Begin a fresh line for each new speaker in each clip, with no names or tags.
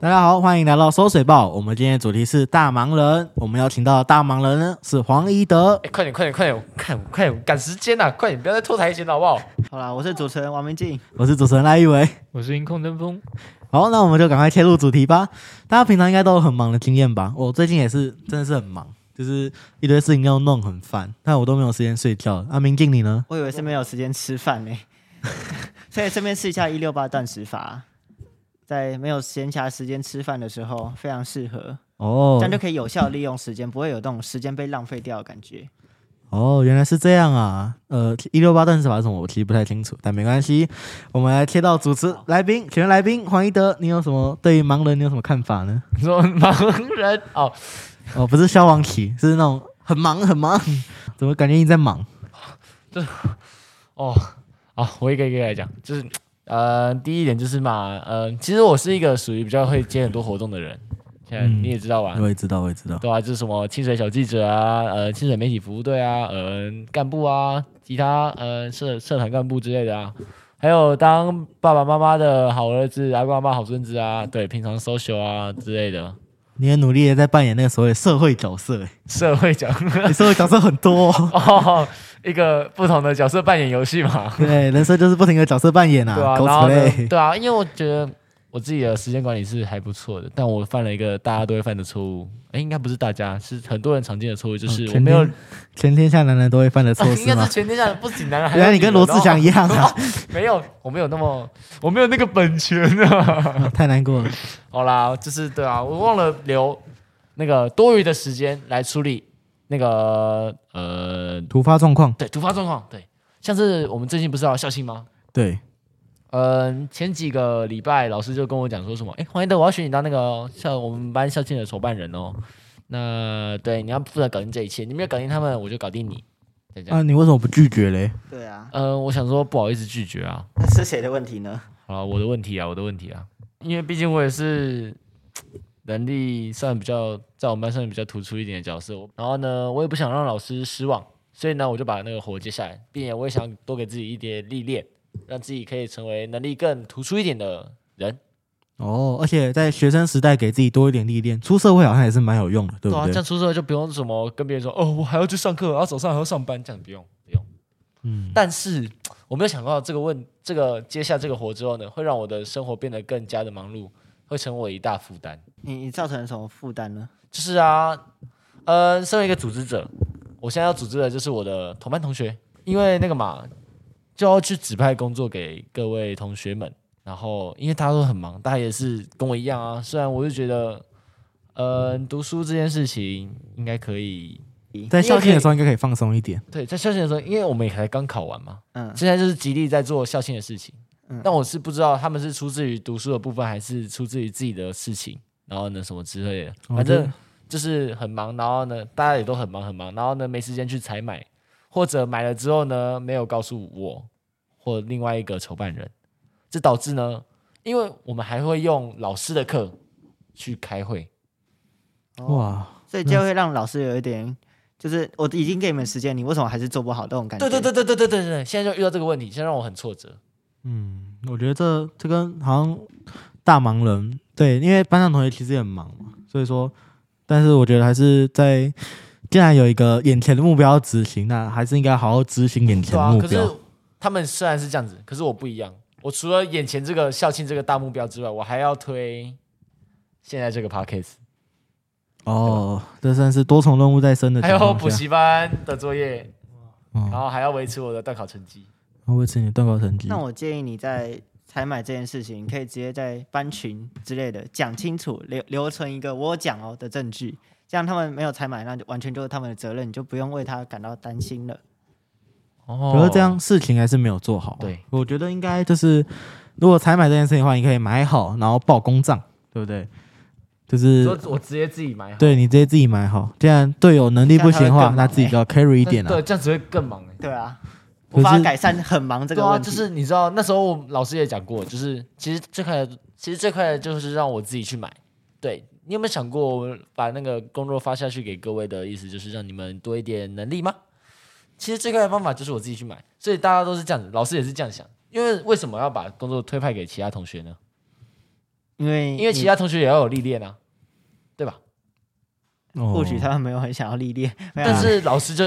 大家好，欢迎来到收水报。我们今天的主题是大忙人，我们邀请到的大忙人呢是黄一德。
哎、快点，快点，快点，我看，我快点，我赶时间呐、快点，不要再拖台前了，好不好？
好啦，我是主持人王明静。
我是主持人赖一伟。
我是音控登峰，
好，那我们就赶快切入主题吧。大家平常应该都有很忙的经验吧？我最近也是，真的是很忙，就是一堆事情要弄，很烦，但我都没有时间睡觉。啊，明静你呢？
我以为是没有时间吃饭呢、 所以顺便试一下一六八断食法，在没有闲暇时间吃饭的时候非常适合，
哦
这样就可以有效利用时间，不会有那种时间被浪费掉的感觉。
哦，原来是这样啊。呃，一六八断食法是什么？我其实不太清楚，但没关系。我们来切到主持来宾，请问来宾黄一德，你有什么对于盲人你有什么看法呢？
你说盲人哦，
哦，不是消亡期，是那种很忙很 忙，怎么感觉你在忙？
哦，好，我一个一个来讲，就是呃，第一点就是嘛，呃，其实我是一个属于比较会接很多活动的人，现在
嗯
你也知道吧，
我也知道，我也知道。
对啊，就是什么清水小记者啊，呃，清水媒体服务队啊，呃，干部啊，其他呃社社团干部之类的啊，还有当爸爸妈妈的好儿子、阿公阿妈好孙子啊，对，平常 social 啊之类的
你很努力的在扮演那个所谓的社会角 色、欸，
社会角。
你社会角色很多、哦
哦，一个不同的角色扮演游戏嘛，
对，人生就是不停的角色扮演啊
对啊，然后呢，
，cosplay。
对啊，因为我觉得我自己的时间管理是还不错的，但我犯了一个大家都会犯的错误，哎，应该不是大家，是很多人常见的错误，就是
哦
我没有，
全天下男人都会 犯的错
应
是
该是
吗？
全天下的不仅男人，还
原来你跟罗志祥一样
样，
啊，
没有，我没有那么，我没有那个本钱啊。
太难过了。
好啦，就是对啊，我忘了留那个多余的时间来处理那个呃，
突发状况，
对突发状况，对，像是我们最近不是要校庆吗？
对，
嗯，前几个礼拜老师就跟我讲说什么，哎，黄一德，我要选你当那个校我们班校庆的筹办人哦。那对，你要负责搞定这一切，你没有搞定他们，我就搞定你。就这样，
啊，你为什么不拒绝嘞？
对啊，
呃，我想说不好意思拒绝啊，
那是谁的问题呢？
好了，我的问题啊，我的问题啊，因为毕竟我也是能力算比较在我们班算比较突出一点的角色，然后呢，我也不想让老师失望，所以呢，我就把那个活接下来，并且我也想多给自己一点历练，让自己可以成为能力更突出一点的人。
哦，而且在学生时代给自己多一点历练，出社会好像也是蛮有用的，对
啊，
不
这
对
样？出社会就不用什么跟别人说哦，我还要去上课，然后早上还要上班，这样不用不用。
嗯，
但是我没有想到这个问这个接下这个活之后呢，会让我的生活变得更加的忙碌，会成为我一大负担。
你你造成了什么负担呢？
就是啊，呃，身为一个组织者，我现在要组织的就是我的同班同学，因为那个嘛，就要去指派工作给各位同学们。然后，因为大家都很忙，大家也是跟我一样啊。虽然我就觉得，呃，读书这件事情应该可以，
在校庆的时候应该可以放松一点。
对，在校庆的时候，因为我们也才刚考完嘛，
嗯，
现在就是极力在做校庆的事情。
嗯
但我是不知道他们是出自于读书的部分，还是出自于自己的事情，然后呢什么之类的，
哦
反正
对
就是很忙，然后呢大家也都很忙很忙，然后呢没时间去采买，或者买了之后呢没有告诉我或另外一个筹办人，这导致呢，因为我们还会用老师的课去开会，
哦，
哇，
所以就会让老师有一点，就是我已经给你们时间，你为什么还是做不好这种感觉？
对对对对对对对对，现在就遇到这个问题，现在让我很挫折。
嗯，我觉得这这跟好像大忙人对，因为班上同学其实也很忙嘛，所以说，但是我觉得还是在既然有一个眼前的目标要执行，那还是应该好好执行眼前
对
的
啊，
目
可是
标。
他们虽然是这样子，可是我不一样。我除了眼前这个校庆这个大目标之外，我还要推现在这个 podcast，
哦，这算是多重任务在身的
还
情
有
况
补
下，
习班的作业，
嗯
然后还要维持我的段考成绩。
要维持你的断考成
嗯
绩
那。我建议你在采买这件事情，可以直接在班群之类的讲清楚，留留存一个我有讲哦的证据，这样他们没有采买，那就完全就是他们的责任，你就不用为他感到担心了。
哦
可是这样事情还是没有做好。
对，
我觉得应该就是，如果采买这件事情的话，你可以买好，然后报公账，对不对？就是
说我直接自己买好，
对你直接自己买好，既然队友能力不行的
这样他会
话，
更
那自己就要 carry 一点
但
啊。
对，这样只会更忙哎。
对啊，
可
无法
是
改善很忙这
对
个
啊，
问
就
题。
是你知道那时候我老师也讲过，就是其实最快的，其实最快的就是让我自己去买。对你有没有想过，我把那个工作发下去给各位的意思，就是让你们多一点能力吗？其实最快的方法就是我自己去买，所以大家都是这样子，老师也是这样想。因为为什么要把工作推派给其他同学呢？
因为
因为其他同学也要有历练啊，对吧？
你
哦
或许他们没有很想要历练，没有啊
但是老师就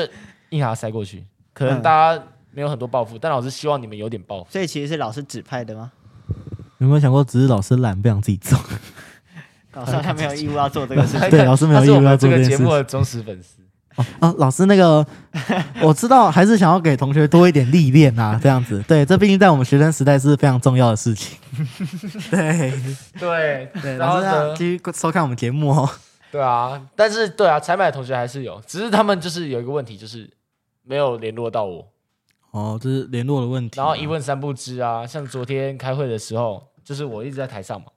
硬把它塞过去，可能
嗯
大家没有很多抱负，但老师希望你们有点抱 负。
所以其实是老师指派的吗？
有没有想过，只是老师懒，不想自己做？
老师好像没有义务要做这个事情。
对老师没有
他是我
义务要
们
做
这
这
个
件
节
事
目的忠实粉丝。
哦，老师那 个我知道，还是想要给同学多一点历练啊，这样 子。对，这毕竟在我们学生时代是非常重要的事 情。对
对
对，
然
老
后
师要
呢？
继续收看我们节目哦。
对啊，但是对啊，采买的同学还是有，只是他们就是有一个问题，就是没有联络到我。
哦，这是联络的问题。
然后一问三不知啊，像昨天开会的时候，就是我一直在台上嘛，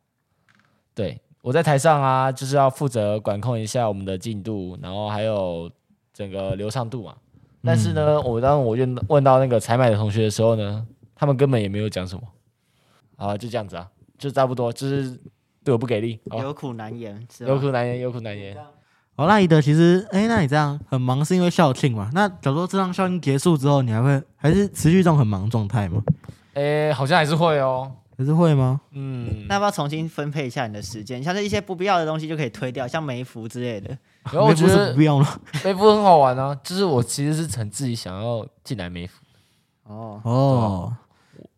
对我在台上啊，就是要负责管控一下我们的进度，然后还有整个流畅度嘛。但是呢，我当我问问到那个采买的同学的时候呢，他们根本也没有讲什么，啊，就这样子啊，就差不多，就是对我不给力，哦，
有苦难言是吧
有？苦难言，有苦难言。
哦，那宜德其实，哎，那你这样很忙是因为校庆嘛？那假如说这趟校庆结束之后，你还会还是持续这种很忙的状态吗？
诶，好像还是会哦，
还是会吗？
嗯，
那要不要重新分配一下你的时间？像是一些不必要的东西就可以推掉，像梅服之类的。
然后我
没
觉
不是
得
不必要了。
梅服很好玩啊，就是我其实是很自己想要进来梅服。
哦，
哦，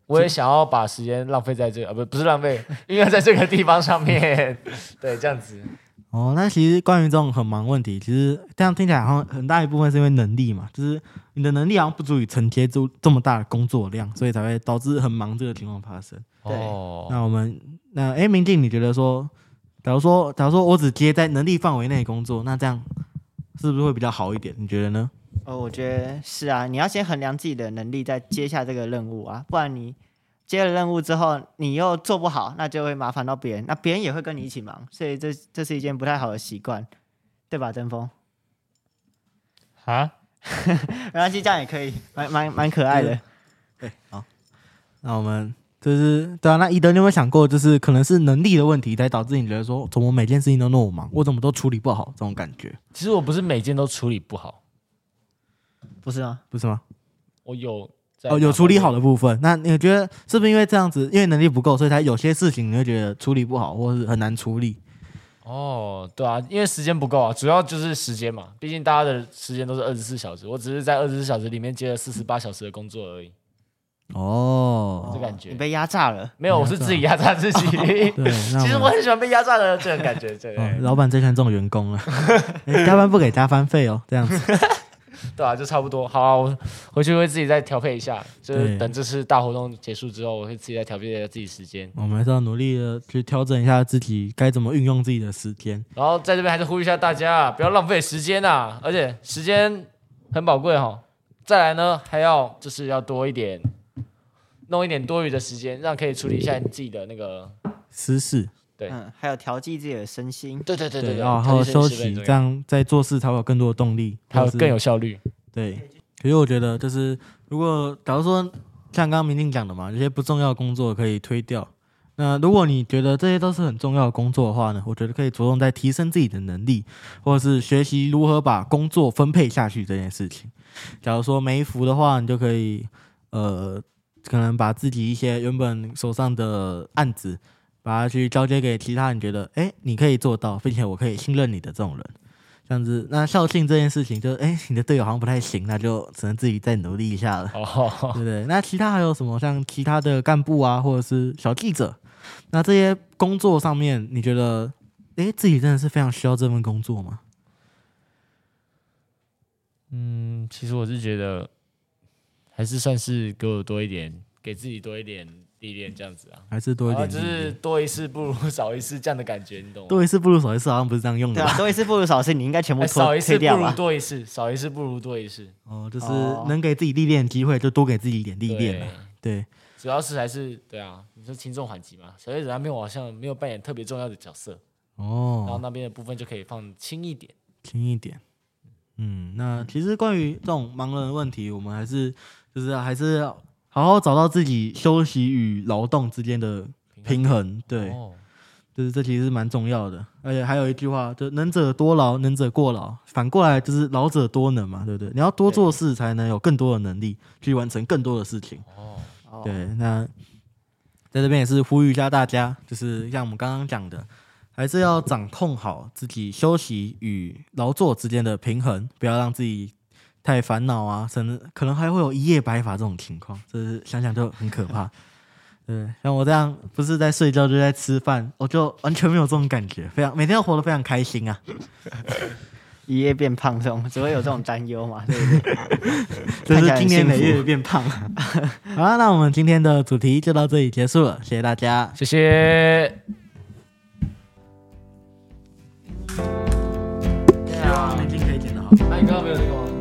我也想要把时间浪费在这个，啊不不是浪费， 应该在这个地方上 面。对，这样子。
哦，那其实关于这种很忙的问题，其实这样听起来好像很大一部分是因为能力嘛，就是你的能力好像不足以承接住这么大的工作量，所以才会导致很忙这个情况发生。
对
哦，
那我们那哎，明静，你觉得说，假如说假如说我只接在能力范围内的工作，那这样是不是会比较好一点？你觉得呢？
哦，我觉得是啊，你要先衡量自己的能力，再接下这个任务啊，不然你接了任务之后，你又做不好，那就会麻烦到别人，那别人也会跟你一起忙，所以这这是一件不太好的习惯，对吧，登峰？
啊，
没关系，这样也可以，蛮蛮蛮可爱的。
对，好，那我们就是对啊，那伊德，你有没有想过，就是可能是能力的问题，才导致你觉得说，怎么每件事情都那么忙，我怎么都处理不好这种感觉，
其实我不是每件都处理不好，
不是吗？
不是吗？
我有在
哦，有处理好的部分。那你觉得是不是因为这样子，因为能力不够，所以才有些事情你会觉得处理不好，或是很难处理？
哦，对啊，因为时间不够啊，主要就是时间嘛，毕竟大家的时间都是二十四小时，我只是在二十四小时里面接了四十八小时的工作而已，
哦
这，感觉
你被压榨了。
没有，我是自己压榨自己。
对，那
其实
们
我很喜欢被压榨的这种 感觉，对
哦，老板最喜欢这种员 工了，哎加班不给加班费哦，这样子。
对啊，就差不多。好、啊，我回去会自己再调配一下，就是
对
等这次大活动结束之后，我会自己再调配一下自己时间。
我们还是要努力的去调整一下自己该怎么运用自己的时间。
然后在这边还是呼吁一下大家，啊不要浪费时间啊，而且时间很宝贵哈、哦。再来呢，还要就是要多一点，弄一点多余的时间，让可以处理一下你自己的那个。
私事
对
嗯，还有调剂自己的身心。
对对对对，
对，要好好休息，这
这样
样在做事才会有更多的动力，
还有
或是
更有效率。
对。可是我觉得，就是如果假如说像刚刚明定讲的嘛，这些不重要的工作可以推掉。那如果你觉得这些都是很重要的工作的话呢，我觉得可以着重在提升自己的能力，或者是学习如何把工作分配下去这件事情。假如说没服的话，你就可以呃，可能把自己一些原本手上的案子，把它去交接给其他你觉得哎你可以做到，并且我可以信任你的这种人。这样子，那校庆这件事情就，哎，你的队友好像不太行，那就只能自己再努力一下了。
哦，
对不对？那其他还有什么像其他的干部啊，或者是小记者，那这些工作上面，你觉得，诶，自己真的是非常需要这份工作吗？
嗯，其实我是觉得，还是算是给我多一点，给自己多一点历练，这样子啊。
还是多一
啊，
点
就
努力、
是多一事不如 少一事这样的感觉，你懂吗？
多一次不如少一次，好像不是这样用
对
的
啊
吧？，
多一事不如少一事，你应该全部
嗯哎少
推
一事
推
不
掉
如
啊
吧？
多一事，少一事不如多一事。
哦，就是
哦
能给自己历练的机会，就多给自己一点历练
对
啊。对，
主要是还是对啊，你说轻重缓急嘛，小叶子那边我好像没有扮演特别重要的角色，然后
哦，
那边的部分就可以放轻一点。
轻一点。嗯，那其实关于这种盲人的问题，我们还是就是还是要好好找到自己休息与劳动之间的平衡。对，
哦，
就是这其实是蛮重要的，而且还有一句话，就能者多劳，能者过劳。反过来就是劳者多能嘛，对不对？你要多做事，才能有更多的能力去完成更多的事情。
哦，
哦
对，那在这边也是呼吁一下大家，就是像我们刚刚讲的，还是要掌控好自己休息与劳作之间的平衡，不要让自己太烦恼啊，甚至可能还会有一夜白发这种情况，这是想想就很可怕。对，像我这样不是在睡觉就是在吃饭，我就完全没有这种感觉，非常每天都活得非常开心啊。
一夜变胖这种，只会有这种担忧嘛，对 不对？
这
看
是
起
今
来很
年
幸
每月
福变 胖，
好啦，那我们今天的主题就到这里结束了，谢谢大家。
谢谢。
对啊，那已经可以剪了，好。
哎那你刚刚没有那个吗？
啊